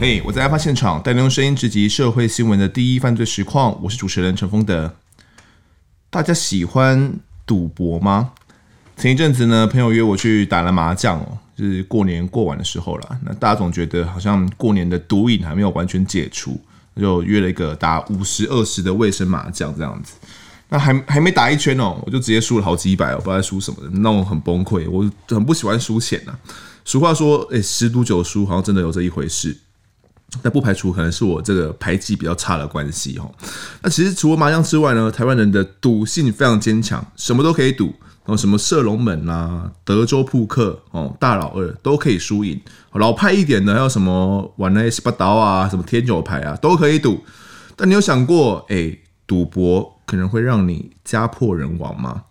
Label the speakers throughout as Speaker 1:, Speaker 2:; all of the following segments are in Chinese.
Speaker 1: 嘿、我在案发现场，带您用声音直击社会新闻的第一犯罪实况。我是主持人陈峰德。大家喜欢赌博吗？前一阵子呢，朋友约我去打了麻将哦，就是过年过完的时候啦。那大家总觉得好像过年的毒瘾还没有完全解除，就约了一个打五十二十的卫生麻将这样子。那还还没打一圈哦，我就直接输了好几百哦，不知道在输什么的，那我很崩溃。我很不喜欢输钱呐、啊俗话说，诶、十赌九输，好像真的有这一回事。但不排除可能是我这个牌技比较差的关系哈。那其实除了麻将之外呢，台湾人的赌性非常坚强，什么都可以赌，然后什么射龙门啦、啊德州扑克哦、大老二都可以输赢。老派一点的还有什么玩那些十八刀啊、什么天九牌啊，都可以赌。但你有想过，哎、赌博可能会让你家破人亡吗？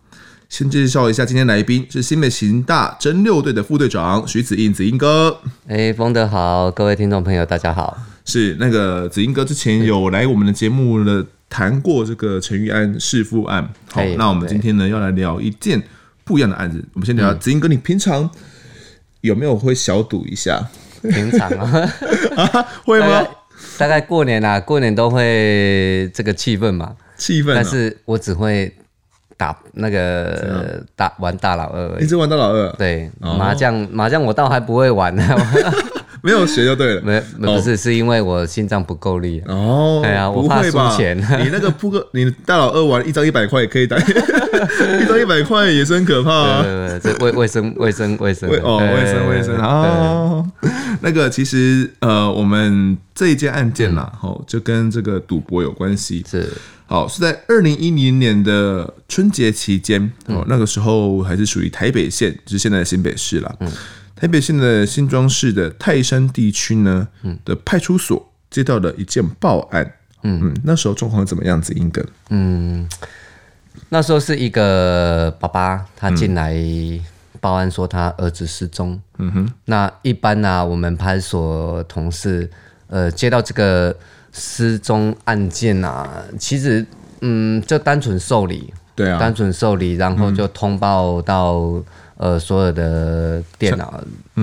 Speaker 1: 先介绍一下今天来宾是新北刑大侦六队的副队长徐子印，子印哥。
Speaker 2: 哎，风德好，各位听众朋友，大 家好。
Speaker 1: 是那个子英哥之前有来我们的节目了，谈过这个陈玉安弑父案。好
Speaker 2: 嘿，
Speaker 1: 那我们今天呢要来聊一件不一样的案子。我们先
Speaker 2: 嗯
Speaker 1: 聊子英哥，你平常有没有会小赌一 下？哎
Speaker 2: 平常啊，
Speaker 1: 会
Speaker 2: 大
Speaker 1: 吗
Speaker 2: 概？大概过年啦、过年都会这个气氛嘛。
Speaker 1: 气氛、啊，
Speaker 2: 但是我只会打那个打玩大老二而
Speaker 1: 一
Speaker 2: 已。
Speaker 1: 直玩到老二，
Speaker 2: 对，
Speaker 1: 啊哦
Speaker 2: 麻将麻将我倒还不会玩 呢、
Speaker 1: 没有学就对了。
Speaker 2: 没不是，是因为我心脏不够力、啊。
Speaker 1: 哦，
Speaker 2: 哎呀我
Speaker 1: 不会
Speaker 2: 怕
Speaker 1: 吧？
Speaker 2: 输钱
Speaker 1: 你那个扑克，你大老二玩一张一百块也可以打， 一张一百块也是很可怕啊。
Speaker 2: 对对对，这卫卫生卫生卫生
Speaker 1: 卫哦，
Speaker 2: 对
Speaker 1: 卫生卫生啊。那个其实呃，我们这一件案件啦，哦，就跟这个赌博有关系。
Speaker 2: 嗯是
Speaker 1: 好，是在二零一零年的春节期间，
Speaker 2: 嗯
Speaker 1: 哦，那个时候还是属于台北县，就是现在的新北市啦。
Speaker 2: 嗯
Speaker 1: 台北县的新庄市的泰山地区呢
Speaker 2: 嗯
Speaker 1: 的派出所接到了一件报案。嗯那时候状况怎么样子？英哥，
Speaker 2: 那时候是一个爸爸，他进来报案说他儿子失踪。嗯哼，那一般呢、我们派出所同事，呃，接到这个失踪案件啊，其实，嗯，就单纯受理，
Speaker 1: 对啊，嗯
Speaker 2: 单纯受理，然后就通报到、呃所有的电脑，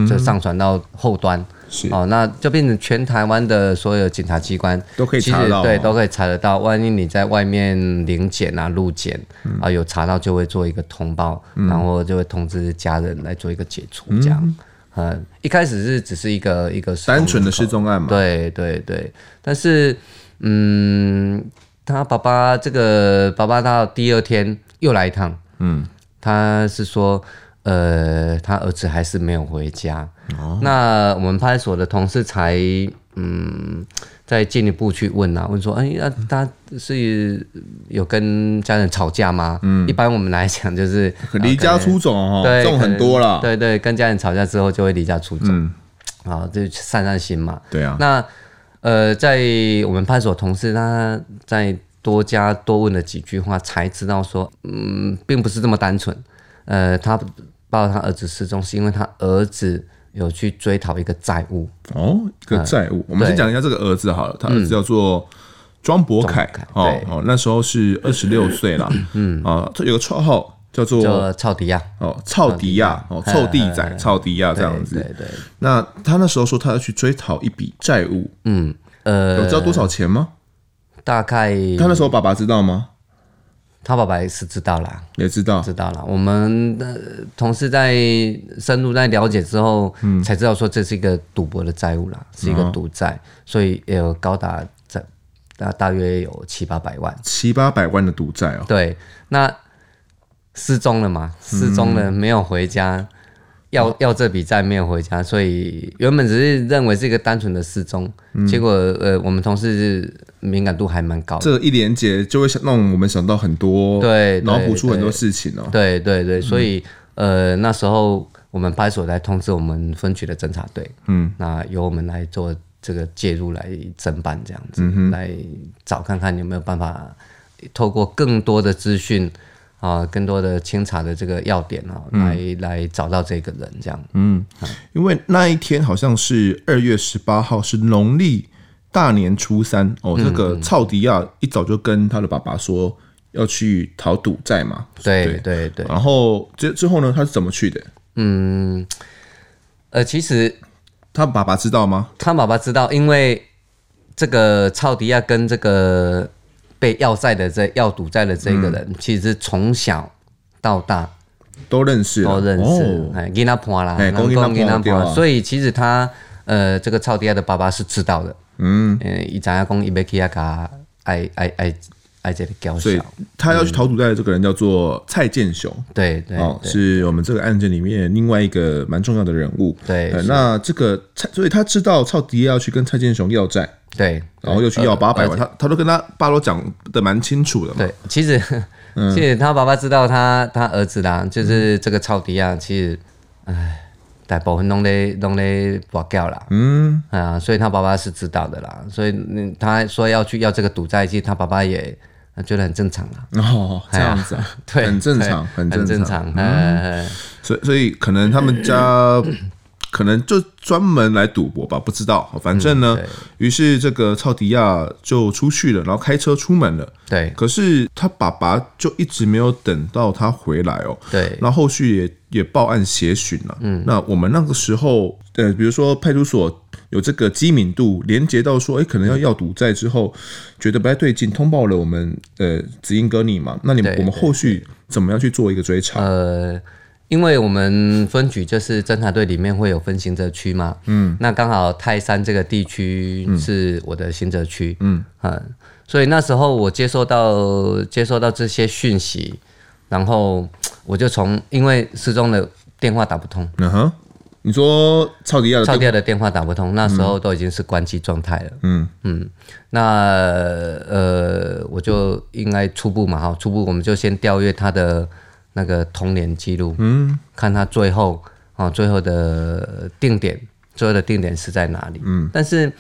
Speaker 2: 就上传到后端。
Speaker 1: 嗯是
Speaker 2: 哦，那就变成全台湾的所有警察机关
Speaker 1: 都可以
Speaker 2: 其实
Speaker 1: 查到
Speaker 2: 对，
Speaker 1: 哦
Speaker 2: 都可以查得到。万一你在外面临检啊、路检
Speaker 1: 嗯
Speaker 2: 啊有查到，就会做一个通报，然后就会通知家人来做一个解除，这样。嗯，一开始是只是一个一个失踪
Speaker 1: 单纯的失
Speaker 2: 人口
Speaker 1: 踪案嘛。
Speaker 2: 对对对，但是嗯，他爸爸这个爸爸到第二天又来一趟，
Speaker 1: 嗯，
Speaker 2: 他是说。呃，他儿子还是没有回家。那我们派出所的同事才嗯，再进一步去问啊，问说，哎、那、他是有跟家人吵架吗？嗯，一般我们来讲就是呃
Speaker 1: 离家出走哦，
Speaker 2: 对，
Speaker 1: 这种很多啦
Speaker 2: 可。能对对，跟家人吵架之后就会离家出走，
Speaker 1: 嗯
Speaker 2: 啊、就散散心嘛。
Speaker 1: 对啊，
Speaker 2: 那呃，在我们派出所同事他再多加多问了几句话，才知道说，嗯，并不是这么单纯。呃，他报他儿子失踪，是因为他儿子有去追讨一个债务。
Speaker 1: 哦，一
Speaker 2: 哎
Speaker 1: 个债务。我们先讲一下这个儿子好了，他儿子叫做庄博凯
Speaker 2: 庄博
Speaker 1: 哦
Speaker 2: 凯对
Speaker 1: 哦，那时候是二十六岁啦，嗯啊，这有个绰号叫做
Speaker 2: 就超迪亚，
Speaker 1: 哦臭迪亚哦臭地仔臭迪亚这样
Speaker 2: 哎对
Speaker 1: 子。
Speaker 2: 对，
Speaker 1: 那他那时候说他要去追讨一笔债务，
Speaker 2: 嗯，
Speaker 1: 有
Speaker 2: 呃，
Speaker 1: 知道多少钱吗？
Speaker 2: 大概
Speaker 1: 他那时候爸爸知道吗？
Speaker 2: 他爸爸也是知道啦，
Speaker 1: 也知道
Speaker 2: 知道了。我们的同事在深入在了解之后，才知道说这是一个赌博的债务啦，是一个赌债，所以也有高达在大大约有七八百万。
Speaker 1: 七八百万的赌债哦，
Speaker 2: 对，那失踪了嘛，失踪了没有回家。要要这笔债没有回家，所以原本只是认为是一个单纯的失踪，结果呃，我们同事敏感度还蛮高的，
Speaker 1: 这一连结就会想让我们想到很多，
Speaker 2: 对对
Speaker 1: 脑补出很多事情哦。
Speaker 2: 对对对，所以、呃那时候我们派出所来通知我们分局的侦查队，
Speaker 1: 嗯，
Speaker 2: 那由我们来做这个介入来侦办这样子，来找看看有没有办法透过更多的资讯啊，更多的清查的这个要点啊，来、来找到这个人这样。
Speaker 1: 因为那一天好像是二月十八号，是农
Speaker 2: 嗯
Speaker 1: 历大年初三哦。这个超迪亚一早就跟他的爸爸说要去讨赌债嘛，
Speaker 2: 对对对，
Speaker 1: 然后最最后呢，他是怎么去的？
Speaker 2: 嗯，呃，其实
Speaker 1: 他爸爸知道吗？
Speaker 2: 他爸爸知道，因为这个超迪亚跟这个被要债的这要赌债的这个人，其实从小到大
Speaker 1: 都认识啊，
Speaker 2: 都认识
Speaker 1: 哦，
Speaker 2: 哎，给他判啦，
Speaker 1: 哎
Speaker 2: 人
Speaker 1: 讲
Speaker 2: 讲
Speaker 1: 囡仔伴对
Speaker 2: 伴
Speaker 1: 啊
Speaker 2: 所以其实他呃，这个超迪亚的爸爸是知道的，嗯，呃，伊知影讲伊要去遐甲爱爱爱爱这个娇
Speaker 1: 所以
Speaker 2: 小，
Speaker 1: 他要去讨赌债的这个人叫做蔡建雄。
Speaker 2: 对对
Speaker 1: 哦，
Speaker 2: 对
Speaker 1: 是我们这个案件里面另外一个蛮重要的人物。
Speaker 2: 对
Speaker 1: 呃
Speaker 2: 是
Speaker 1: 那这个蔡，所以他知道超迪要去跟蔡建雄要债，
Speaker 2: 对，呃
Speaker 1: 然后又去要八百万，他他都跟他爸都讲的蛮清楚的嘛。
Speaker 2: 对，其实
Speaker 1: 嗯
Speaker 2: 其实他爸爸知道他他儿子啦，就是这个超迪亚，其实唉，大部分拢咧拢咧跋掉啦，嗯，啊，所以他爸爸是知道的啦，所以嗯他说要去要这个赌债，其实他爸爸也呃觉得很正常啦，
Speaker 1: 哦， 这样子啊，
Speaker 2: 对，
Speaker 1: 很正常，
Speaker 2: 对很
Speaker 1: 正常。
Speaker 2: 常，嗯，
Speaker 1: 所以所以可能他们 家可能就专门来赌博吧，不知道。哦反正呢，于、是这个超迪亚就出去了，然后开车出门了。
Speaker 2: 对
Speaker 1: 可是他爸爸就一直没有等到他回来哦。
Speaker 2: 对
Speaker 1: 那后续也也报案协询了。嗯，那我们那个时候，呃，比如说派出所呃有这个机敏度，连接到说，哎、可能要要赌债之后，觉得不太对劲，通报了我们呃子英哥你嘛。那你们
Speaker 2: 嗯对
Speaker 1: 我们后续怎么样去做一个追查？
Speaker 2: 呃，因为我们分局就是侦查队里面会有分行政区嘛，嗯，那刚好泰山这个地区是我的行政区，嗯所以那时候我接收到接收到这些讯息，然后我就从因为失踪的电话打不通，
Speaker 1: 嗯哼，你说超迪亚的
Speaker 2: 超
Speaker 1: 对
Speaker 2: 掉的电话打不通，那时候都已经是关机状态了。嗯嗯，那呃，我就应该初步嘛，哈，初步我们就先调阅他的那个童年记录，嗯，看他最后啊、哦最后的定点，最后的定点是在哪里？嗯，但是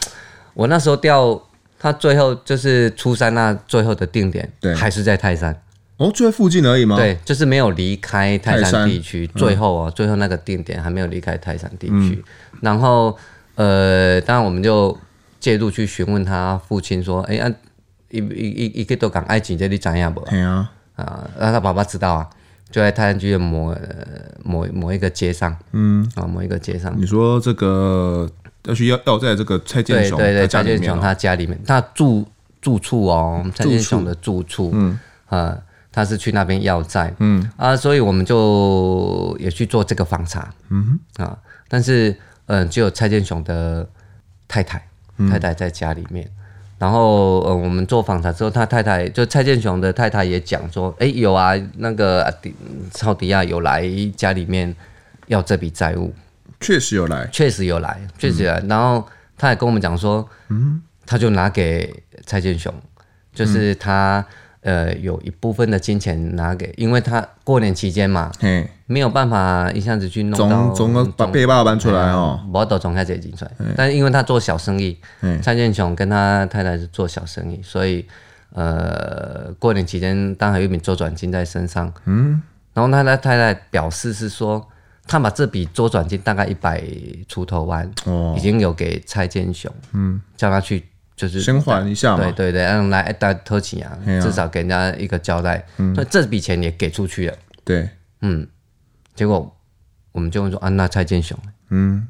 Speaker 2: 我那时候调他最后就是初三那最后的定点，
Speaker 1: 对
Speaker 2: 还是在泰山。
Speaker 1: 哦，就在附近而已吗？，
Speaker 2: 对，就是没有离开泰
Speaker 1: 泰
Speaker 2: 山
Speaker 1: 山嗯
Speaker 2: 地区，最后啊，最后那个定点还没有离开泰山地区。然后呃，当然我们就介入去询问他父亲说：“哎、啊，一一一一个都讲爱情这里怎样不？
Speaker 1: 哎呀，
Speaker 2: 啊，让他爸爸知道啊，就在泰山区的某呃某某一个街上，嗯啊，某一个街上。”
Speaker 1: 你说这个要去要要在这个蔡建
Speaker 2: 对
Speaker 1: 雄
Speaker 2: 对对，
Speaker 1: 他家
Speaker 2: 蔡
Speaker 1: 里
Speaker 2: 建
Speaker 1: 面
Speaker 2: 雄
Speaker 1: 哦
Speaker 2: 他家里面，他住住处哦，蔡建雄的住处，嗯呃，他是去那边要债，嗯啊，所以我们就也去做这个访查，嗯啊，但是嗯、呃只有蔡建雄的太太
Speaker 1: 嗯
Speaker 2: 太太在家里面。然后，呃，我们做访查之后，他太太就蔡建雄的太太也讲说，哎，有啊，那个啊迪超迪亚有来家里面要这笔债务，
Speaker 1: 确实有来，
Speaker 2: 确实有来，确实有来。
Speaker 1: 嗯
Speaker 2: 然后他也跟我们讲说，嗯，他就拿给蔡建雄，就是他、
Speaker 1: 嗯
Speaker 2: 呃有一部分的金钱拿给，因为他过年期间嘛，
Speaker 1: 嘿，
Speaker 2: 没有办法一下子去弄到
Speaker 1: 总总要把被爸爸搬出来哦，哎
Speaker 2: 我都从开始进出来，但是因为他做小生意，蔡建雄跟他太太是做小生意，所以呃，过年期间当然有一笔周转金在身上，嗯，然后他的太太表示是说，他把这笔周转金大概一百出头万，
Speaker 1: 哦
Speaker 2: 已经有给蔡建雄，嗯，叫他去就是
Speaker 1: 先缓一下
Speaker 2: 对
Speaker 1: 啊嘛，
Speaker 2: 对对，让来大偷情啊，至少给人家一个交代，
Speaker 1: 嗯
Speaker 2: 所以这笔钱也给出去了。
Speaker 1: 对，
Speaker 2: 嗯，结果我们就问说啊，那蔡建雄，
Speaker 1: 嗯，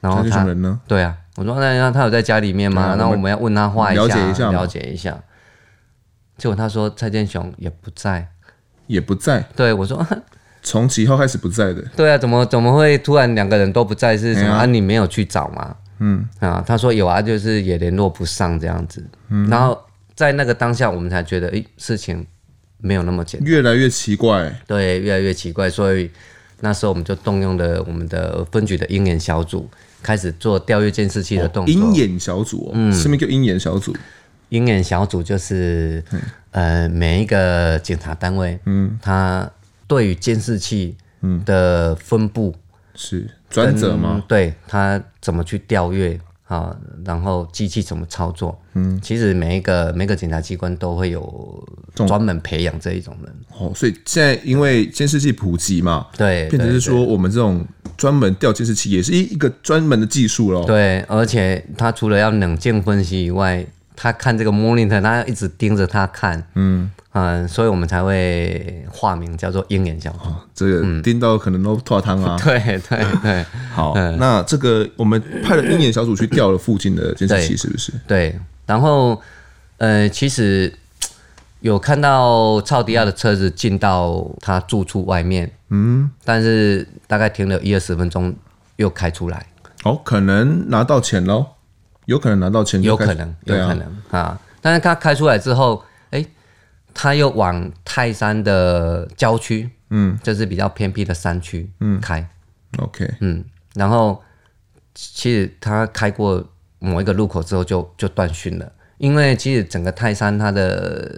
Speaker 2: 然
Speaker 1: 蔡
Speaker 2: 后
Speaker 1: 建
Speaker 2: 他
Speaker 1: 雄人呢？
Speaker 2: 对啊，我说那那他有在家里面
Speaker 1: 对
Speaker 2: 吗？
Speaker 1: 啊
Speaker 2: 那我们要问他话一下，
Speaker 1: 了解一下嘛
Speaker 2: 了解一下结果他说蔡建雄也不在。
Speaker 1: 也不在，
Speaker 2: 对我说，啊
Speaker 1: 从其后开始不在的，
Speaker 2: 对啊，怎么怎么会突然两个人都不在？是什么
Speaker 1: 哎呀
Speaker 2: 啊？你没有去找吗？嗯啊，他说有啊，就是也联络不上这样子。
Speaker 1: 嗯
Speaker 2: 然后在那个当下，我们才觉得，诶，事情没有那么简单。
Speaker 1: 越来越奇怪，
Speaker 2: 对，越来越奇怪，所以那时候我们就动用了我们的分局的鹰眼小组，开始做调阅监视器的动作。
Speaker 1: 哦
Speaker 2: 嗯
Speaker 1: 鹰眼小组哦，什么叫鹰眼小组？
Speaker 2: 鹰眼小组就是，
Speaker 1: 嗯
Speaker 2: 呃，每一个警察单位，嗯，他对于监视器
Speaker 1: 嗯
Speaker 2: 的分布，
Speaker 1: 是转折吗？
Speaker 2: 嗯，对他怎么去调阅啊，然后机器怎么操作，嗯，其实每一个每个警察机关都会有专门培养这一种人，
Speaker 1: 哦，所以现在因为监视器普及嘛，
Speaker 2: 对，
Speaker 1: 变成
Speaker 2: 对
Speaker 1: 是说我们这种专门调监视器也是一一个专门的技术喽。
Speaker 2: 对，而且他除了要冷静分析以外，他看这个 monitor，他一直盯着他看，嗯嗯，所以我们才会化名叫做鹰眼小偷。
Speaker 1: 哦这个盯到可能都脱汤啊。
Speaker 2: 嗯对对对
Speaker 1: 好，那这个我们派了鹰眼小组去调了附近的监视器，
Speaker 2: 对
Speaker 1: 是不是？
Speaker 2: 对，然后呃，其实有看到超迪亚的车子进到他住处外面，嗯，但是大概停了一二十分钟又开出来，
Speaker 1: 哦，可能拿到钱喽，有可能拿到钱就
Speaker 2: 有
Speaker 1: 开始，
Speaker 2: 可能，有
Speaker 1: 对
Speaker 2: 可
Speaker 1: 啊，
Speaker 2: 能啊但是他开出来之后，哎、他又往泰山的郊区，嗯，就是比较偏僻的山区，嗯，开，
Speaker 1: OK，
Speaker 2: 嗯，然后其实他开过某一个路口之后就就断讯了，因为其实整个泰山它的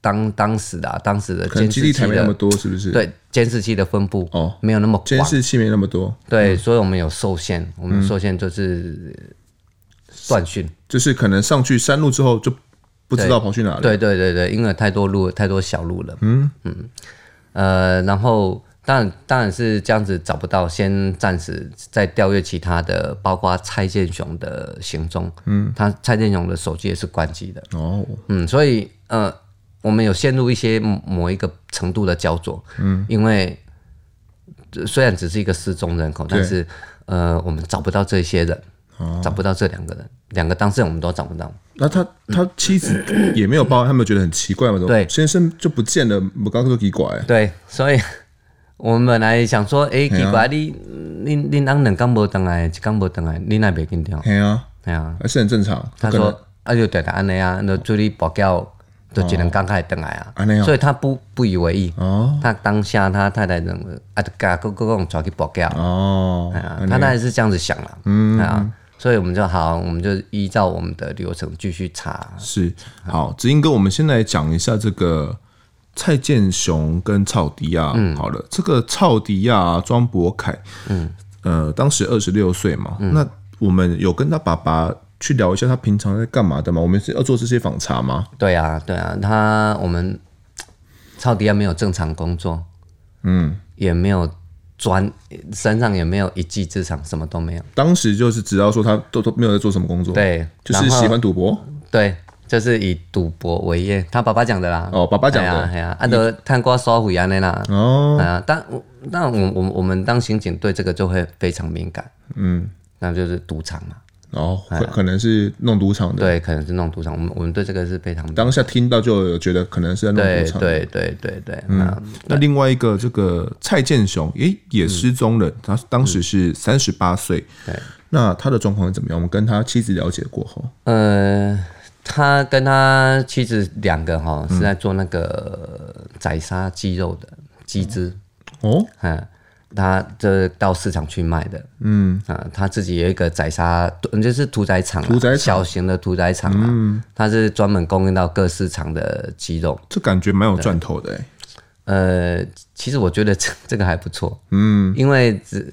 Speaker 2: 当当时的、啊、当时的
Speaker 1: 可能
Speaker 2: 监
Speaker 1: 基
Speaker 2: 视
Speaker 1: 地
Speaker 2: 器
Speaker 1: 台没那么
Speaker 2: 的
Speaker 1: 多，是不是？，
Speaker 2: 对监视器的分布
Speaker 1: 哦
Speaker 2: 没有那么广
Speaker 1: 监，视嗯器没那么多，
Speaker 2: 对，所以我们有受限，我们受限就是断讯。
Speaker 1: 就是可能上去山路之后就不知道跑去哪里。
Speaker 2: 对对对对，因为太多路，太多小路了。嗯嗯，呃，然后当然当然是这样子找不到，先暂时再调阅其他的，包括蔡建雄的行踪。嗯，他蔡建雄的手机也是关机的。
Speaker 1: 哦，
Speaker 2: 嗯，所以呃，我们有陷入一些某某一个程度的焦灼。嗯，因为呃虽然只是一个失踪人口，但
Speaker 1: 对
Speaker 2: 是呃，我们找不到这些人，
Speaker 1: 哦
Speaker 2: 找不到这两个人，两个当事人我们都找不到。
Speaker 1: 那他他妻子也没有报案，他们觉得很奇怪嘛？怎么
Speaker 2: 对
Speaker 1: 先生就不见了，我刚刚说奇怪，
Speaker 2: 对，所以我们本来想说，哎诶，
Speaker 1: 嘿啊
Speaker 2: 奇怪，你你你人两工无回来，一工无回来，你那袂紧张？
Speaker 1: 嘿啊，
Speaker 2: 哎啊，
Speaker 1: 还是很正常。
Speaker 2: 他
Speaker 1: 可能
Speaker 2: 说，啊就对对安尼啊，就处理保镖，就一两工才会回来啊。
Speaker 1: 安尼哦
Speaker 2: 所以他不不以为意，
Speaker 1: 哦
Speaker 2: 他当下他太太认为，啊，就甲各各种抓去保镖，
Speaker 1: 哦，
Speaker 2: 哎呀，他大概是这样子想了，嗯啊，所以我们就好，我们就依照我们的流程继续查。
Speaker 1: 是好，子英哥，我们先来讲一下这个蔡健雄跟曹迪亚。
Speaker 2: 嗯
Speaker 1: 好了，这个曹迪亚庄博凯，嗯，呃，当时二十六岁嘛，
Speaker 2: 嗯
Speaker 1: 那我们有跟他爸爸去聊一下他平常在干嘛的吗？我们是要做这些访查吗？
Speaker 2: 对啊，对啊，他我们超迪亚没有正常工作，嗯，也没有专身上也没有一技之长，什么都没有。
Speaker 1: 当时就是只要说他都都没有在做什么工作，，
Speaker 2: 对，
Speaker 1: 就是
Speaker 2: 然后嗯
Speaker 1: 喜欢赌博。
Speaker 2: 对，就是以赌博为业。他爸爸讲的啦，
Speaker 1: 哦，爸爸讲
Speaker 2: 哎呀
Speaker 1: 的
Speaker 2: 哎呀，啊，都探瓜收回安的啦。
Speaker 1: 哦，
Speaker 2: 啊，但我但我我我们当刑警对这个就会非常敏感，
Speaker 1: 嗯，
Speaker 2: 那就是赌场嘛，
Speaker 1: 然后
Speaker 2: 哎
Speaker 1: 可可能是弄赌场的，
Speaker 2: 对，可能是弄赌场，我们我们对这个是非常敏感，
Speaker 1: 当下听到就有觉得可能是在弄
Speaker 2: 对
Speaker 1: 赌场，
Speaker 2: 对对对对，嗯，
Speaker 1: 那另外一个这个蔡建雄，诶，也失踪了，他当时是三十八岁。
Speaker 2: 嗯对，
Speaker 1: 那他的状况是怎么样？我们跟他妻子了解过后，
Speaker 2: 呃，他跟他妻子两个哈、
Speaker 1: 嗯
Speaker 2: 是在做那个宰杀鸡肉的鸡汁，
Speaker 1: 哦，
Speaker 2: 嗯，他这到市场去卖的，嗯啊，他自己有一个宰杀，嗯就是屠宰场啊、
Speaker 1: 屠宰场嗯
Speaker 2: 小型的屠宰场啊，他是专门供应到各市场的鸡肉。
Speaker 1: 这感觉蛮有赚头的、诶，
Speaker 2: 呃，其实我觉得这这个还不错，嗯，因为只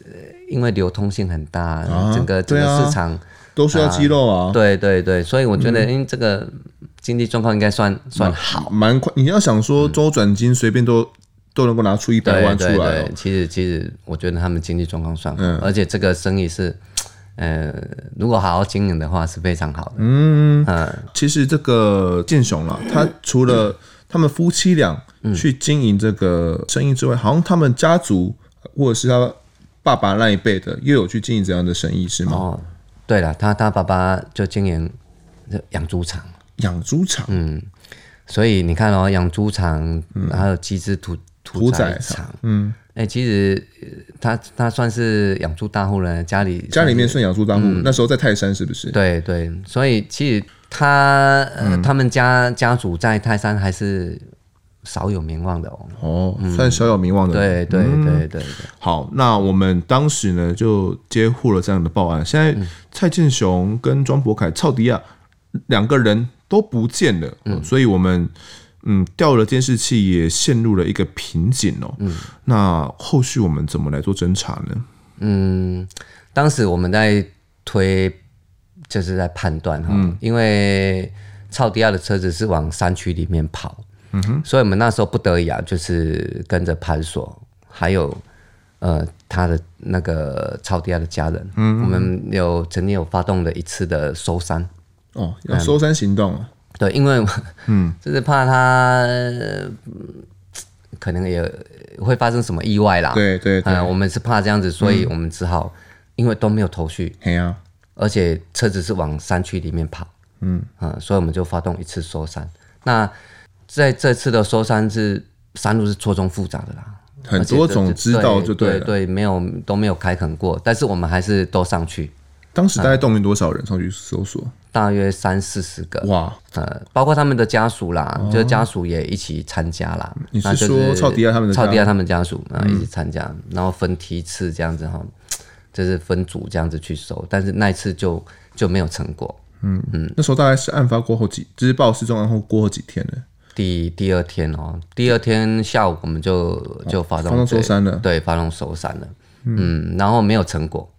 Speaker 2: 因为流通性很大，整个整
Speaker 1: 对啊
Speaker 2: 个市场。
Speaker 1: 都需要肌肉啊，
Speaker 2: 哎
Speaker 1: 嗯
Speaker 2: 对对对，所以我觉得，因为这个经济状况应该算算好。嗯
Speaker 1: 蛮快。你要想说周转金随便都、都能够拿出一百
Speaker 2: 对
Speaker 1: 万出
Speaker 2: 对
Speaker 1: 来、
Speaker 2: 对
Speaker 1: 哦，，
Speaker 2: 其实其实我觉得他们经济状况算好，而且这个生意是，呃，如果好好经营的话是非常好的。嗯
Speaker 1: 其实这个建雄啦，他除
Speaker 2: 嗯
Speaker 1: 了他们夫妻俩去经营这个生意之外，好像他们家族呃或者是他爸爸那一辈的，又有去经营这样的生意是吗？
Speaker 2: 哦，对了，他他爸爸就经营养猪场，
Speaker 1: 养猪场，
Speaker 2: 嗯所以你看哦，养猪场还有鸡只屠嗯屠
Speaker 1: 宰
Speaker 2: 宰场，嗯，哎，其实呃他他算是养猪大户了，家里
Speaker 1: 家里面算养猪大户，
Speaker 2: 嗯
Speaker 1: 那时候在泰山是不是？
Speaker 2: 对对，所以其实他、呃他们家家族在泰山还是少有名望的哦。
Speaker 1: 哦，算小有名望的。
Speaker 2: 对嗯对对对对，
Speaker 1: 好，那我们当时呢就接获了这样的报案。现
Speaker 2: 嗯
Speaker 1: 在蔡建雄跟庄博凯、赵迪亚两个人都不见了，哦所以我们嗯调了监视器，也陷入了一个瓶颈哦。那后续我们怎么来做侦查呢？
Speaker 2: 嗯，当时我们在推，就是在判断哈，因为超迪亚的车子是往山区里面跑，嗯哼，所以我们那时候不得已啊，就是跟着派出所，还有呃他的那嗯个超迪亚的家人，嗯，我们有曾经有发动了一次的搜山，
Speaker 1: 哦，要搜山行动啊，
Speaker 2: 对，因为嗯， 就是怕他嗯可能也会发生什么意外啦。
Speaker 1: 对对对
Speaker 2: 嗯，我们是怕这样子，所以我们只好，因为都没有头绪，
Speaker 1: 嘿呀、啊，
Speaker 2: 而且车子是往山区里面跑，嗯啊、所以我们就发动一次搜山。那在这次的搜山是山路是错综复杂的啦，
Speaker 1: 很多种知道就
Speaker 2: 对
Speaker 1: 了。
Speaker 2: 对，没有都没有开垦过，但是我们还是都上去，
Speaker 1: 当时大概动员多少人上去搜索？
Speaker 2: 大约三四十个，
Speaker 1: 哇，
Speaker 2: 呃，包括他们的家属啦，就是家属也一起参加啦。
Speaker 1: 哦你是
Speaker 2: 那就
Speaker 1: 说超迪亚他们的家嗯
Speaker 2: 超迪亚他们家属啊一起参加，然后分梯次这样子哈，就是分组这样子去搜，但是那一次就就没有成果。
Speaker 1: 那时候大概是案发过后几，就是报失踪案后过后几天呢？
Speaker 2: 第第二天哦，第二天下午我们就就发动
Speaker 1: 发动搜
Speaker 2: 对
Speaker 1: 山了
Speaker 2: 对，发动搜山了，嗯，然后没有成果，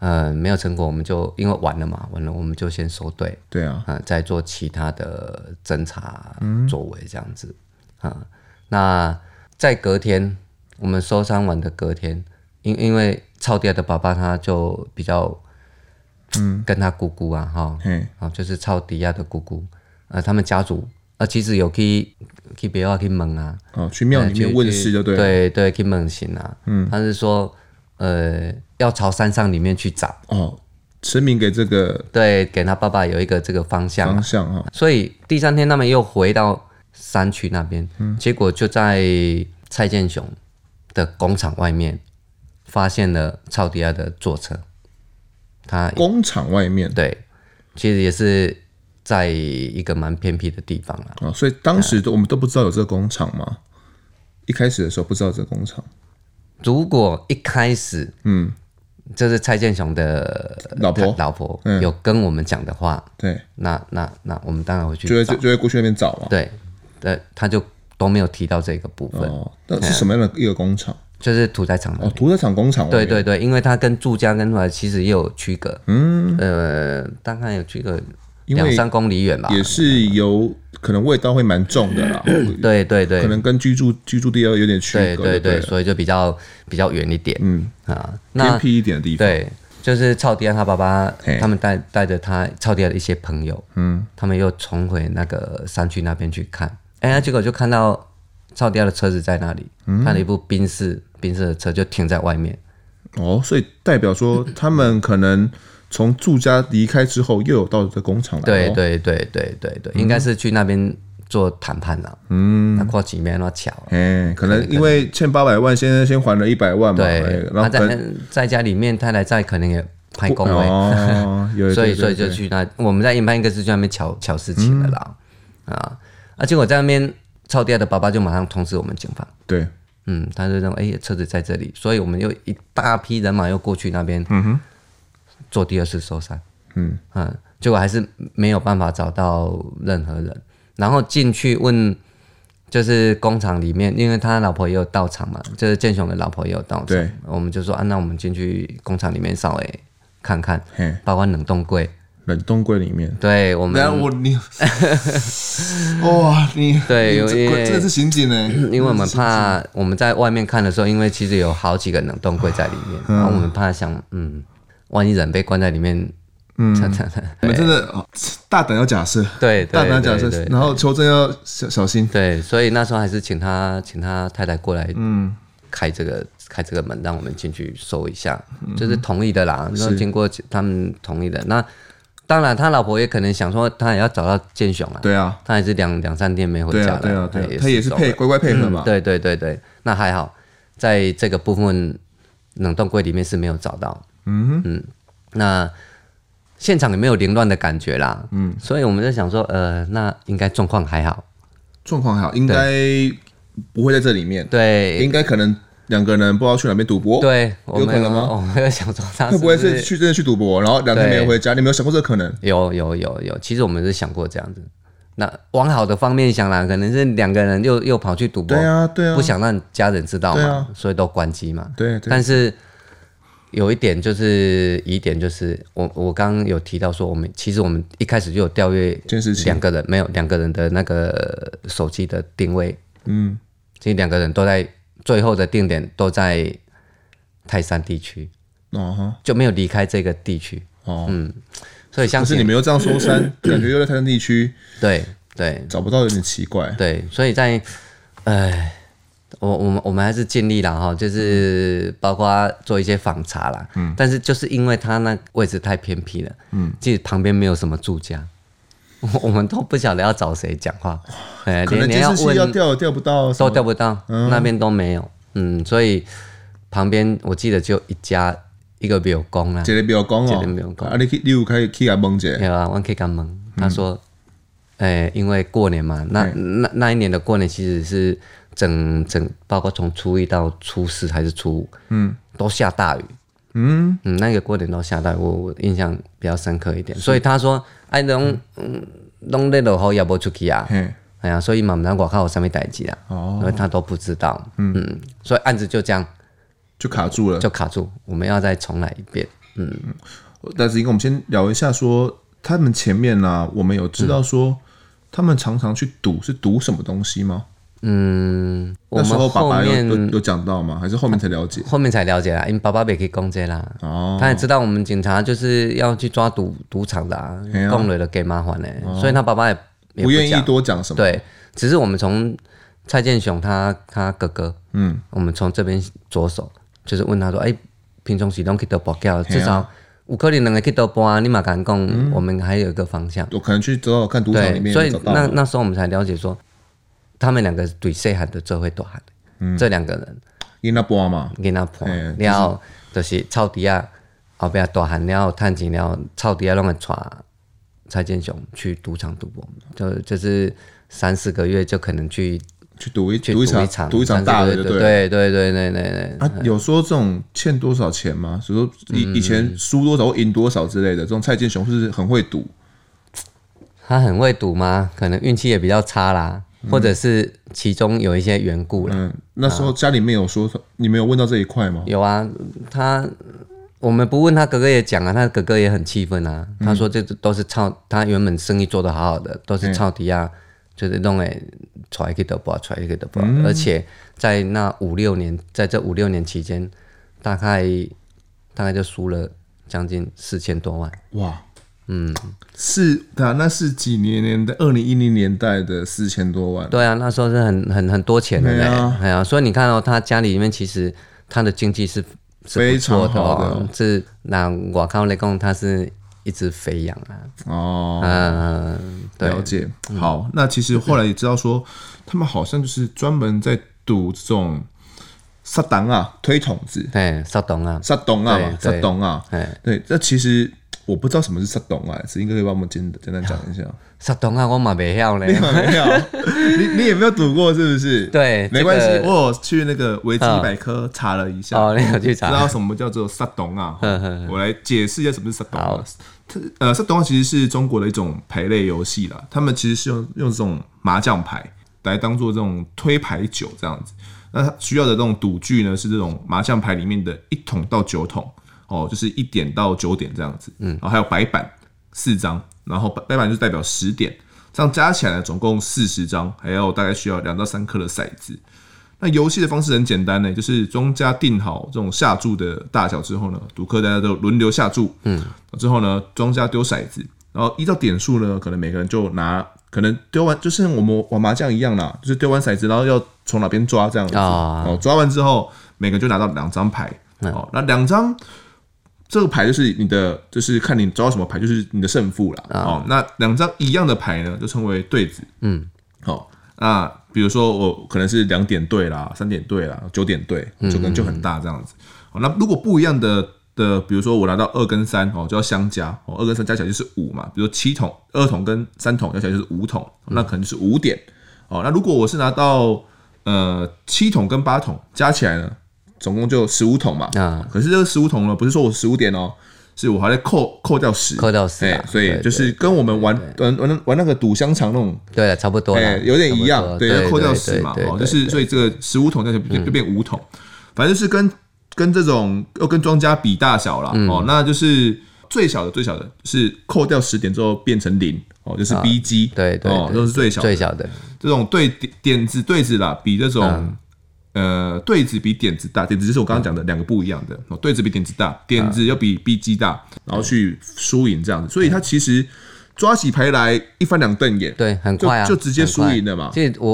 Speaker 2: 呃，没有成果，我们就因为晚了嘛，晚了我们就先收队，
Speaker 1: 对啊，
Speaker 2: 啊，再做其他的侦查作为这样子啊、那在隔天，我们收山完的隔天，因因为超爹的爸爸他就比较，嗯，跟他姑姑啊哈，
Speaker 1: 嘿，
Speaker 2: 啊就是超迪亚的姑姑，呃，他们家族啊其实有去去别话去问啊，
Speaker 1: 哦，去庙里面问事就对了。
Speaker 2: 对对去问行啊，嗯，他是说呃要朝山上里面去找，
Speaker 1: 哦，神明给这个
Speaker 2: 对，给他爸爸有一个这个方向啊
Speaker 1: 方向哦哈、
Speaker 2: 所以第三天他们又回到山区那边，
Speaker 1: 嗯
Speaker 2: 结果就在蔡建雄的工厂外面发现了超迪亚的坐车，他
Speaker 1: 工厂外面
Speaker 2: 对，其实也是在一个蛮偏僻的地方啦。
Speaker 1: 啊、哦，所以当时都我们都不知道有这个工厂嘛，一开始的时候不知道这个工厂，
Speaker 2: 如果一开始，嗯，就是蔡建雄的
Speaker 1: 老婆嗯
Speaker 2: 老婆有跟我们讲的话，
Speaker 1: 对，
Speaker 2: 那那那我们当然会
Speaker 1: 就
Speaker 2: 去
Speaker 1: 会
Speaker 2: 找
Speaker 1: 就，会过去那边找啊嘛。
Speaker 2: 对，对，他就都没有提到这个部分，
Speaker 1: 哦，那是什么样的一个工厂？
Speaker 2: 就是屠宰场那边
Speaker 1: 哦，屠宰场工厂外
Speaker 2: 对
Speaker 1: 面。
Speaker 2: 对对，因为它跟住家跟出来其实也有区隔，嗯，呃，大概有区隔
Speaker 1: 因为
Speaker 2: 两三公里远吧。
Speaker 1: 也是有可能味道会蛮重的啦，
Speaker 2: 对对
Speaker 1: 可
Speaker 2: 对
Speaker 1: 能跟居住居住地要有点区
Speaker 2: 对
Speaker 1: 隔，
Speaker 2: 对
Speaker 1: 对
Speaker 2: 对，
Speaker 1: 了
Speaker 2: 所以就比较比较远一点，嗯啊，
Speaker 1: 偏
Speaker 2: 那
Speaker 1: 僻一点的地方，
Speaker 2: 对，就是超迪亚他爸爸
Speaker 1: 嘿
Speaker 2: 他们带带着他超迪亚的一些朋友，嗯，他们又重回那个山区那边去看，哎、结果就看到超迪亚的车子在那里，
Speaker 1: 嗯
Speaker 2: 看了一部宾士宾士的车就停在外面，
Speaker 1: 哦，所以代表说他们可能从住家离开之后，又有到这工厂来，
Speaker 2: 对，对对对对对，应
Speaker 1: 嗯
Speaker 2: 该是去那边做谈判了。嗯，那过几面那巧了。
Speaker 1: 哎，可能因为欠八百万，现在先还了一百万嘛，哎
Speaker 2: 对，
Speaker 1: 然
Speaker 2: 他
Speaker 1: 后可
Speaker 2: 在
Speaker 1: 能
Speaker 2: 在家里面，太太在可能也拍工位，
Speaker 1: 哦， 有
Speaker 2: 所
Speaker 1: 对
Speaker 2: 以
Speaker 1: 对
Speaker 2: 所以就
Speaker 1: 对
Speaker 2: 去那，我们在研判一个是去那边瞧瞧事情的啦。
Speaker 1: 嗯
Speaker 2: 啊啊，结果在那边超第二的爸爸就马上通知我们警方。
Speaker 1: 对，
Speaker 2: 嗯，他就认为哎、车子在这里，所以我们又一大批人马又过去那边，做第二次搜山，
Speaker 1: 嗯
Speaker 2: 嗯，结果还是没有办法找到任何人，然后进去问，就是工厂里面，因为他老婆也有到场嘛，就是建雄的老婆也有到场
Speaker 1: 对，
Speaker 2: 我们就说啊，那我们进去工厂里面稍微看看
Speaker 1: 嘿，
Speaker 2: 包括冷冻柜，
Speaker 1: 冷冻柜里面，
Speaker 2: 对我们
Speaker 1: 然后我 你，哇，你
Speaker 2: 对
Speaker 1: 你这
Speaker 2: 因为
Speaker 1: 真的是刑警呢，
Speaker 2: 因为我们怕我们在外面看的时候，因为其实有好几个冷冻柜在里面，然后我们怕想，嗯，万一人被关在里面， 嗯，
Speaker 1: 我们真的哦大胆要假设，
Speaker 2: 对对
Speaker 1: 大胆要假设
Speaker 2: 对，对
Speaker 1: 然后求证要小小心。
Speaker 2: 对，所以那时候还是请他请他太太过来，嗯，开这个开这个门，让我们进去搜一下，
Speaker 1: 嗯
Speaker 2: 就是同意的啦，那经过他们同意的。那当然，他老婆也可能想说，他也要找到建雄啊，
Speaker 1: 对啊，
Speaker 2: 他也是两两三天没回
Speaker 1: 对
Speaker 2: 家
Speaker 1: 啊
Speaker 2: 了，，
Speaker 1: 对啊，对啊，他
Speaker 2: 失
Speaker 1: 也是
Speaker 2: 踪
Speaker 1: 配
Speaker 2: 了
Speaker 1: 乖乖配合嘛。
Speaker 2: 嗯对对对对，那还好，在这个部分冷冻柜里面是没有找到。嗯嗯，那现场也没有凌乱的感觉啦。嗯，所以我们就想说，呃，那应该状况还好。
Speaker 1: 状况还好，应该不会在这里面，
Speaker 2: 对
Speaker 1: 应该可能两个人不知道去哪边赌博，，
Speaker 2: 对，我
Speaker 1: 有
Speaker 2: 们
Speaker 1: 可能吗
Speaker 2: 我们就想说他
Speaker 1: 会不会
Speaker 2: 啊是
Speaker 1: 是去真的去赌博，然后两天
Speaker 2: 对
Speaker 1: 没回家？你有没有想过这个可能？
Speaker 2: 有有有有，其实我们是想过这样子。那往好的方面想啦，可能是两个人又又跑去赌博，
Speaker 1: 对啊，对啊
Speaker 2: 不，想让家人知道嘛，
Speaker 1: 对啊
Speaker 2: 所以都关机嘛。
Speaker 1: 对对
Speaker 2: 但是有一点就是疑点，就是我我刚刚有提到说，我们其实我们一开始就有调阅
Speaker 1: 监视器
Speaker 2: 两个人没有两个人的那个手机的定位，
Speaker 1: 嗯，
Speaker 2: 其实两个人都在最后的定点都在泰山地区，
Speaker 1: 哦哈，
Speaker 2: 就没有离开这个地区。
Speaker 1: 哦，
Speaker 2: 嗯，所以相
Speaker 1: 但是你
Speaker 2: 信
Speaker 1: 们又这样说山，感觉又在台湾地区
Speaker 2: 对对
Speaker 1: 找不到，有点奇怪。
Speaker 2: 对，所以在，哎，我我们我们还是尽力了哈，就是包括做一些访查啦，嗯，但是就是因为它那位置太偏僻了，嗯，其实旁边没有什么住家，我我们都不晓得要找谁讲话，哎，
Speaker 1: 可能监
Speaker 2: 连连要
Speaker 1: 视器
Speaker 2: 问
Speaker 1: 要调也调不到，
Speaker 2: 都调不到，那边都没有，嗯，所以旁边我记得就一家一个庙公啊啦，
Speaker 1: 一个庙讲
Speaker 2: 一个庙
Speaker 1: 哦，
Speaker 2: 讲
Speaker 1: 啊，你去你有开去甲问者，
Speaker 2: 有啊，我可以敢问，他
Speaker 1: 嗯
Speaker 2: 说，诶、因为过年嘛，那那那一年的过年其实是整整，包括从初一到初四还是初五，嗯，都下大雨，
Speaker 1: 嗯，
Speaker 2: 嗯，那个过年都下大雨，我我印象比较深刻一点，所以他说，哎，拢嗯，拢咧落雨也无出去啊，
Speaker 1: 嘿，
Speaker 2: 哎呀，所以嘛，唔知外口有啥物代志啊，
Speaker 1: 哦
Speaker 2: 因为他都不知道，嗯所以案子就这样
Speaker 1: 就卡住了。
Speaker 2: 就卡住，我们要再重来一遍，嗯，
Speaker 1: 但是，因为我们先聊一下说他们前面呢、我们有
Speaker 2: 嗯
Speaker 1: 知道说他们常常去赌，是赌什么东西吗？
Speaker 2: 嗯，我
Speaker 1: 那时候
Speaker 2: 们
Speaker 1: 爸
Speaker 2: 后
Speaker 1: 爸有
Speaker 2: 面
Speaker 1: 有有讲到吗？还是后面才了解？
Speaker 2: 后面才了解啦，因为爸爸没去攻击啦。
Speaker 1: 哦，
Speaker 2: 他也知道我们警察就是要去抓赌赌场的、啊
Speaker 1: 哎呀，
Speaker 2: 供了的给麻烦嘞、所以他爸爸也也
Speaker 1: 哦不愿意
Speaker 2: 讲
Speaker 1: 多讲什么。
Speaker 2: 对，只是我们从蔡建雄他他哥哥，
Speaker 1: 嗯，
Speaker 2: 我们从这边着手，就是问他说，哎、平常时拢去到博
Speaker 1: 啊
Speaker 2: 缴，至少有可能两个去到博啊，你嘛敢讲，
Speaker 1: 嗯
Speaker 2: 我们还有一个方向。
Speaker 1: 我可能去找找看赌场里面
Speaker 2: 所以
Speaker 1: 有找到
Speaker 2: 那
Speaker 1: 吗。
Speaker 2: 那时候我们才了解说，他们两个对谁喊的最会多喊，
Speaker 1: 嗯
Speaker 2: 这两个人。
Speaker 1: 因那波嘛，
Speaker 2: 囡仔伴
Speaker 1: 嘿，
Speaker 2: 了后就是臭底啊，后壁大汉了后趁钱了后，臭底啊拢会带蔡建雄去赌场赌博，就就是三四个月就可能去
Speaker 1: 去赌一
Speaker 2: 去
Speaker 1: 赌一场
Speaker 2: 场，
Speaker 1: 赌一场大的，
Speaker 2: 对
Speaker 1: 就对了。
Speaker 2: 对对对对对对，嗯
Speaker 1: 啊，有说这种欠多少钱吗？比如说以以前输多少或赢多少之类的，这种蔡健雄是不是很会赌，
Speaker 2: 他很会赌吗？可能运气也比较差啦，或者是其中有一些缘故啦。
Speaker 1: 嗯，那
Speaker 2: 啊
Speaker 1: 时候家里面有说，你们有问到这一块吗？
Speaker 2: 有啊，他我们不问他哥哥也讲啊，他哥哥也很气愤啊。
Speaker 1: 嗯
Speaker 2: 他说这都是操，他原本生意做得好好的，都
Speaker 1: 嗯
Speaker 2: 是操迪啊，就是弄诶揣给德博，揣给德博。
Speaker 1: 嗯
Speaker 2: 而且在那五六年，在这五六年期间，大概大概就输了将近四千多万。
Speaker 1: 哇，嗯，是啊，那是几年年代？二零一零年代的四千多万，
Speaker 2: 对啊，那时候是很很很多钱的嘞
Speaker 1: 对啊，
Speaker 2: 哎呀、所以你看到、他家里面其实他的经济是是
Speaker 1: 非
Speaker 2: 不错
Speaker 1: 常
Speaker 2: 的、
Speaker 1: 好的
Speaker 2: 哦，是那我靠来讲，他是一只肥羊啊，
Speaker 1: 哦，
Speaker 2: 嗯，对
Speaker 1: 了解。好，那其实后来也知道说，他们好像就是专门在赌这种撒旦啊、推筒子、
Speaker 2: 对，稍等啊，
Speaker 1: 撒懂啊嘛、撒
Speaker 2: 对对
Speaker 1: 懂啊，
Speaker 2: 哎，
Speaker 1: 对，那其实我不知道什么是撒懂啊，子英哥可以帮我们简简单讲一 下。
Speaker 2: 稍等啊，我嘛袂晓
Speaker 1: 没
Speaker 2: 咧，
Speaker 1: 有，没有，你你也没有赌过是不是？
Speaker 2: 对
Speaker 1: 没关系
Speaker 2: 这，个嗯
Speaker 1: 我有去那个维基百科查了一下，
Speaker 2: 哦，你有去
Speaker 1: 知道
Speaker 2: 查？
Speaker 1: 什么叫做撒董 啊？我来解释一下什么是撒董啊。它呃，撒董啊其实是中国的一种牌类游戏啦，他们其实是用用这种麻将牌来当做这种推牌九这样子。那它需要的这种赌具呢，是这种麻将牌里面的一筒到九筒哦，就是一点到九点这样子。嗯，然后还有白板四张，然后白白板就代表十点，这样加起来呢总共四十张，还有大概需要两到三颗的骰子。那游戏的方式很简单呢，就是庄家定好这种下注的大小之后呢，赌客大家都轮流下注，嗯，之后呢，庄家丢骰子，然后依照点数呢，可能每个人就拿，可能丢完就是我们玩麻将一样啦，就是丢完骰子，然后要从哪边抓这样子，
Speaker 2: 啊
Speaker 1: 哦，抓完之后每个人就拿到两张牌，哦，那两张。这个牌就是你的，就是看你抓到什么牌，就是你的胜负啦。哦，那两张一样的牌呢，就称为对子。好、那比如说我可能是两点对啦、三点对啦、九点对，就可能就很大这样子。好、那如果不一样的的，比如说我拿到二跟三哦，就要相加哦，二跟三加起来就是五嘛。比如说七桶、二桶跟三桶加起来就是五桶，哦
Speaker 2: 嗯
Speaker 1: 那可能就是五点。哦，那如果我是拿到呃七桶跟八桶加起来呢，总共就十五桶嘛。
Speaker 2: 啊
Speaker 1: 可是这个十五桶呢，不是说我十五点哦，是我还在扣扣掉十，
Speaker 2: 扣掉十啊
Speaker 1: 哎所以
Speaker 2: 对
Speaker 1: 就是跟我们玩玩玩玩那个赌香肠那种
Speaker 2: 对了，差不多
Speaker 1: 哎、
Speaker 2: 了，
Speaker 1: 有点一
Speaker 2: 差不
Speaker 1: 样，
Speaker 2: 多
Speaker 1: 对，要扣掉十嘛，
Speaker 2: 对对
Speaker 1: 哦，
Speaker 2: 对嗯
Speaker 1: 就是所以这个十五桶加起来就就变五桶，反正就是跟跟这种要跟庄家比大小啦，
Speaker 2: 嗯
Speaker 1: 哦，那就是最小的最小的是扣掉十点之后变成零，哦，就是 B G，、
Speaker 2: 啊对对
Speaker 1: 哦，
Speaker 2: 对
Speaker 1: 都是最小的
Speaker 2: 最小的，嗯
Speaker 1: 这种对点点子对子啦，比这种呃，对子比点子大，点子就是我刚刚讲的两个不一样的。哦，对子比点子大，点
Speaker 2: 嗯
Speaker 1: 子要比 B 机大，然后去输赢这样子。所以他其实抓起牌来一翻两瞪眼，
Speaker 2: 对，很
Speaker 1: 就
Speaker 2: 快啊，
Speaker 1: 就直接输赢了嘛
Speaker 2: 很快。其实我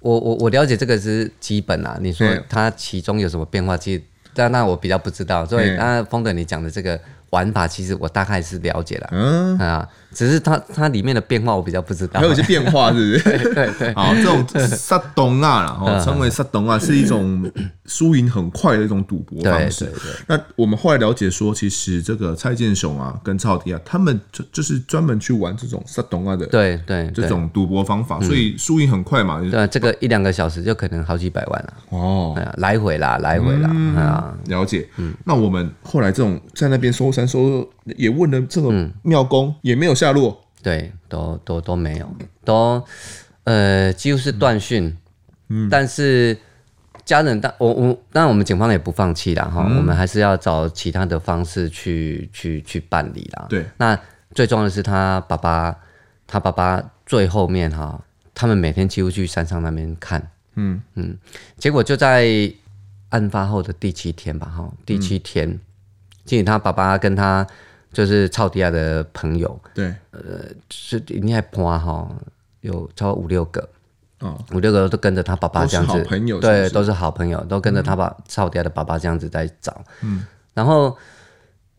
Speaker 2: 我我我了解这个是基本啊，你说
Speaker 1: 对
Speaker 2: 它其中有什么变化，其实但那我比较不知道，所以
Speaker 1: 对
Speaker 2: 那风德你讲的这个玩法，其实我大概是了解了、
Speaker 1: 嗯，
Speaker 2: 啊，只是它它里面的变化我比较不知道
Speaker 1: 还有一。些变化，是不是？
Speaker 2: 对 对
Speaker 1: 好，这种萨东啊 啦，哦，称为萨东啊，是一种输赢很快的一种赌博方
Speaker 2: 对
Speaker 1: 式
Speaker 2: 对。对，
Speaker 1: 那我们后来了解说，其实这个蔡健雄啊，跟赵迪啊，他们就就是专门去玩这种萨东啊的
Speaker 2: 对对
Speaker 1: 这
Speaker 2: 对，
Speaker 1: 种赌博方法，所以输赢很快嘛。
Speaker 2: 对这个一两个小时就可能好几百万了，
Speaker 1: 哦，嗯
Speaker 2: 哎呀来回啦，来回啦，啊，
Speaker 1: 了解。那我们后来这种在那边搜山搜，也问了这
Speaker 2: 嗯
Speaker 1: 个庙公，也没有下落。
Speaker 2: 对，都都都没有，都呃几乎是断讯。嗯，但是家人但我我那我们警方也不放弃啦哈，我们还是要找其他的方式去去去办理啦。
Speaker 1: 对，
Speaker 2: 那最重要的是他爸爸，他爸爸最后面哈，他们每天几乎去山上那边看，
Speaker 1: 嗯
Speaker 2: 嗯，结果就在案发后的第七天吧
Speaker 1: 嗯
Speaker 2: 哈，第七天，其实他爸爸跟他就是超迪亚的朋友。
Speaker 1: 对，
Speaker 2: 是你还盘哈，有超过五六个，
Speaker 1: 哦，
Speaker 2: 五六个都跟着他爸爸
Speaker 1: 都是
Speaker 2: 这样子，
Speaker 1: 好朋友是
Speaker 2: 对
Speaker 1: 不，是嗯
Speaker 2: 都是好朋友，都跟着他爸少爹的爸爸这样子在找。嗯，然后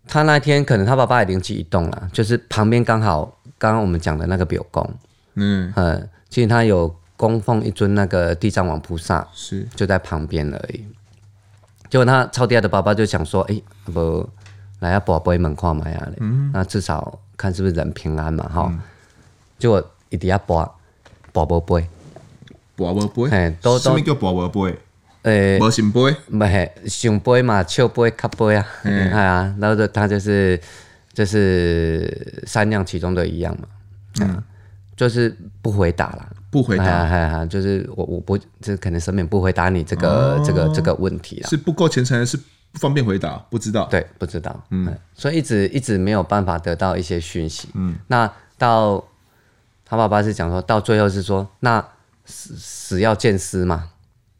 Speaker 2: 他那天可能他爸爸也灵机一动了，就是旁边刚好刚刚我们讲的那个表公，
Speaker 1: 嗯，
Speaker 2: 嗯，其实他有供奉一尊那个地藏王菩萨，
Speaker 1: 是，
Speaker 2: 就在旁边而已。结果他超爹的爸爸就想说，哎、不来啊，宝贝门看买啊嘞，
Speaker 1: 嗯
Speaker 2: 那至少看是不是人平安嘛哈。结果一定要拔宝宝杯，
Speaker 1: 博博杯，
Speaker 2: 嘿都
Speaker 1: 什么叫博博杯？
Speaker 2: 诶、
Speaker 1: 博信杯，
Speaker 2: 不嘿，想杯嘛，笑杯、卡杯 啊，哎
Speaker 1: 嗯
Speaker 2: 呀，然后就他就是就是三样其中的一样嘛，嗯，就是不回答啦。
Speaker 1: 不回答
Speaker 2: 哎呀哎呀，就是我我不，这可能神明不回答你这
Speaker 1: 哦
Speaker 2: 个、这个这个问题啦。
Speaker 1: 是不够虔诚，是不方便回答，不知道。
Speaker 2: 对，不知道，嗯，所以一直一直没有办法得到一些讯息，嗯，那到他爸爸是讲说，到最后是说，那死死要见尸嘛，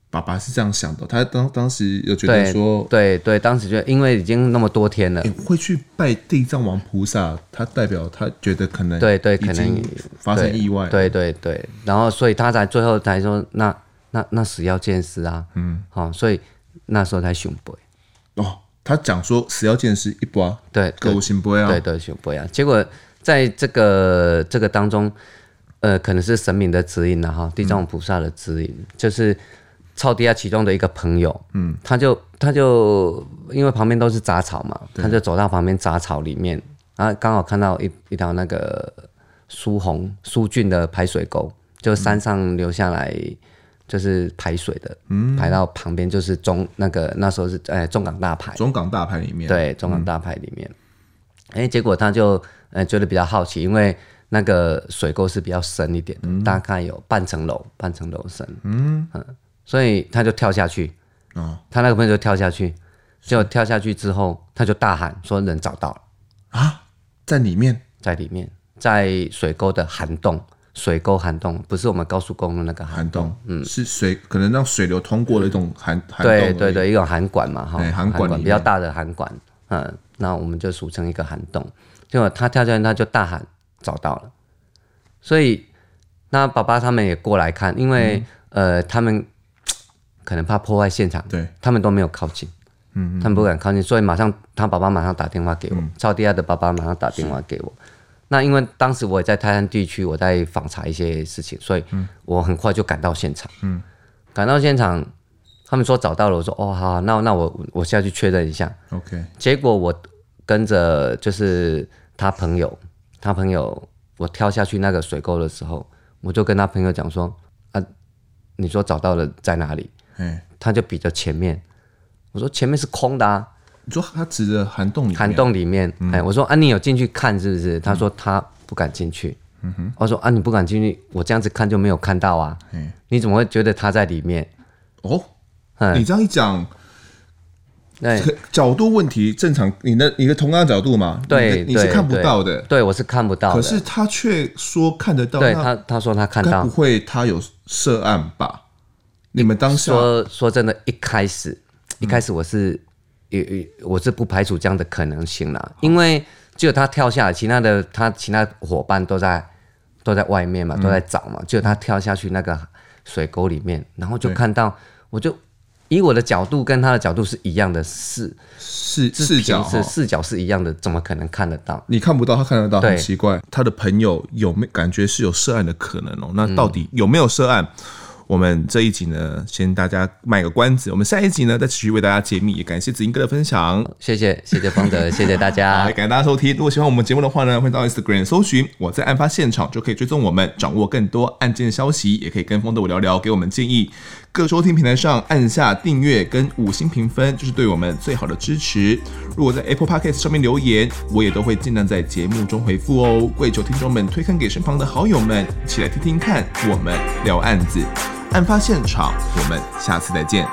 Speaker 1: 爸爸是这样想的，他当当时有觉得
Speaker 2: 对
Speaker 1: 说，
Speaker 2: 对对，当时就因为已经那么多天了
Speaker 1: 诶，会去拜地藏王菩萨，他代表他觉得可能
Speaker 2: 对对
Speaker 1: 已
Speaker 2: 可
Speaker 1: 经
Speaker 2: 能
Speaker 1: 发生
Speaker 2: 对
Speaker 1: 意外，
Speaker 2: 对对对，然后所以他才最后才说，那那那死要见尸啊，嗯，好、所以那时候才熊背，
Speaker 1: 哦，他讲说死要见尸一波，
Speaker 2: 对，对
Speaker 1: 狗行不会啊，
Speaker 2: 对对，熊不一样。结果在这个这个当中，呃，可能是神明的指引了、哈，地藏王菩萨的指引，就是超迪亚其中的一个朋友，嗯，他就他就因为旁边都是杂草嘛，他就走到旁边杂草里面，然后刚好看到一一条那个苏洪苏郡的排水沟，就山上流下来。就是排水的，排到旁边就是中那个那时候是哎中港大排，
Speaker 1: 中港大牌里面，
Speaker 2: 对，中港大牌里面，哎、结果他就呃觉得比较好奇，因为那个水沟是比较深一点的，大概有半层楼，半层楼深，嗯所以他就跳下去，
Speaker 1: 哦
Speaker 2: 他那个朋友就跳下去，结果跳下去之后，他就大喊说人找到了，
Speaker 1: 啊，在里面
Speaker 2: 在里面，在水沟的涵洞，水沟涵洞不是我们高速公路那个涵，
Speaker 1: 涵洞，嗯，是水可能让水流通过的一种涵涵洞而
Speaker 2: 对
Speaker 1: 已，
Speaker 2: 对对，一种涵管嘛哈，
Speaker 1: 哎涵管里
Speaker 2: 比较
Speaker 1: 面
Speaker 2: 大的涵管，嗯，那我们就俗称一个涵洞。结果他跳下去，他就大喊找到了，所以那爸爸他们也过来看，因为、
Speaker 1: 嗯
Speaker 2: 呃他们可能怕破坏现场，
Speaker 1: 对，
Speaker 2: 他们都没有靠近，嗯他们不敢靠近，所以马上他爸爸马上打电话给我，超低亚的爸爸马上打电话给我。那因为当时我也在泰山地区，我在访查一些事情，所以我很快就赶到现场。嗯，赶到现场，他们说找到了，我说哦好，好那那我我下去确认一下。
Speaker 1: ，OK，
Speaker 2: 结果我跟着就是他朋友，他朋友我跳下去那个水沟的时候，我就跟他朋友讲说啊，你说找到了在哪里？
Speaker 1: 哎，
Speaker 2: 他就比着前面，我说前面是空的啊，
Speaker 1: 你说他指着涵洞里面，啊
Speaker 2: 涵洞里面，
Speaker 1: 嗯
Speaker 2: 哎，我说啊，你有进去看是不是？他说他不敢进去，
Speaker 1: 嗯
Speaker 2: 我说啊，你不敢进去，我这样子看就没有看到啊，
Speaker 1: 哎，
Speaker 2: 你怎么会觉得他在里面？
Speaker 1: 哦，
Speaker 2: 嗯
Speaker 1: 你这样一讲，
Speaker 2: 那
Speaker 1: 可角度问题正常，你的你的同样角度嘛，
Speaker 2: 对，
Speaker 1: 你的你是
Speaker 2: 对
Speaker 1: 看不
Speaker 2: 对
Speaker 1: 到的，
Speaker 2: 对我是看不到的，
Speaker 1: 可是他却说看得到，
Speaker 2: 对
Speaker 1: 那
Speaker 2: 他他说他看
Speaker 1: 该
Speaker 2: 到
Speaker 1: 不，会他有涉案吧？你们当下
Speaker 2: 说说真的，一开始一开始我是也也我是不排除这样的可能性啦，因为只有他跳下来，其他的他其他伙伴都在都在外面
Speaker 1: 嗯
Speaker 2: 嘛，都在找嘛，只有他跳下去那个水沟里面，然后就
Speaker 1: 对
Speaker 2: 看到，我就以我的角度跟他的角度是一样的视
Speaker 1: 视
Speaker 2: 是
Speaker 1: 视角哈，
Speaker 2: 是视角是一样的，怎么可能看得到？
Speaker 1: 你看不到，他看得到，
Speaker 2: 对
Speaker 1: 很奇怪。他的朋友有没感觉是有涉案的可能哦？
Speaker 2: 嗯
Speaker 1: 那到底有没有涉案？我们这一集呢，先大家卖个关子，我们下一集呢再持续为大家揭秘。也感谢子英哥的分享。
Speaker 2: 谢谢谢谢方德，谢谢大
Speaker 1: 好，
Speaker 2: 家，
Speaker 1: 感谢大家收听。如果喜欢我们节目的话呢，欢迎到 Instagram 搜寻“我在案发现场”，就可以追踪我们，掌握更多案件消息，也可以跟风的我聊聊，给我们建议。各收听平台上按下订阅跟五星评分，就是对我们最好的支持。如果在 Apple Podcast 上面留言，我也都会尽量在节目中回复哦。跪求听众们推荐给身旁的好友们，一起来听听看我们聊案子、案发现场。我们下次再见，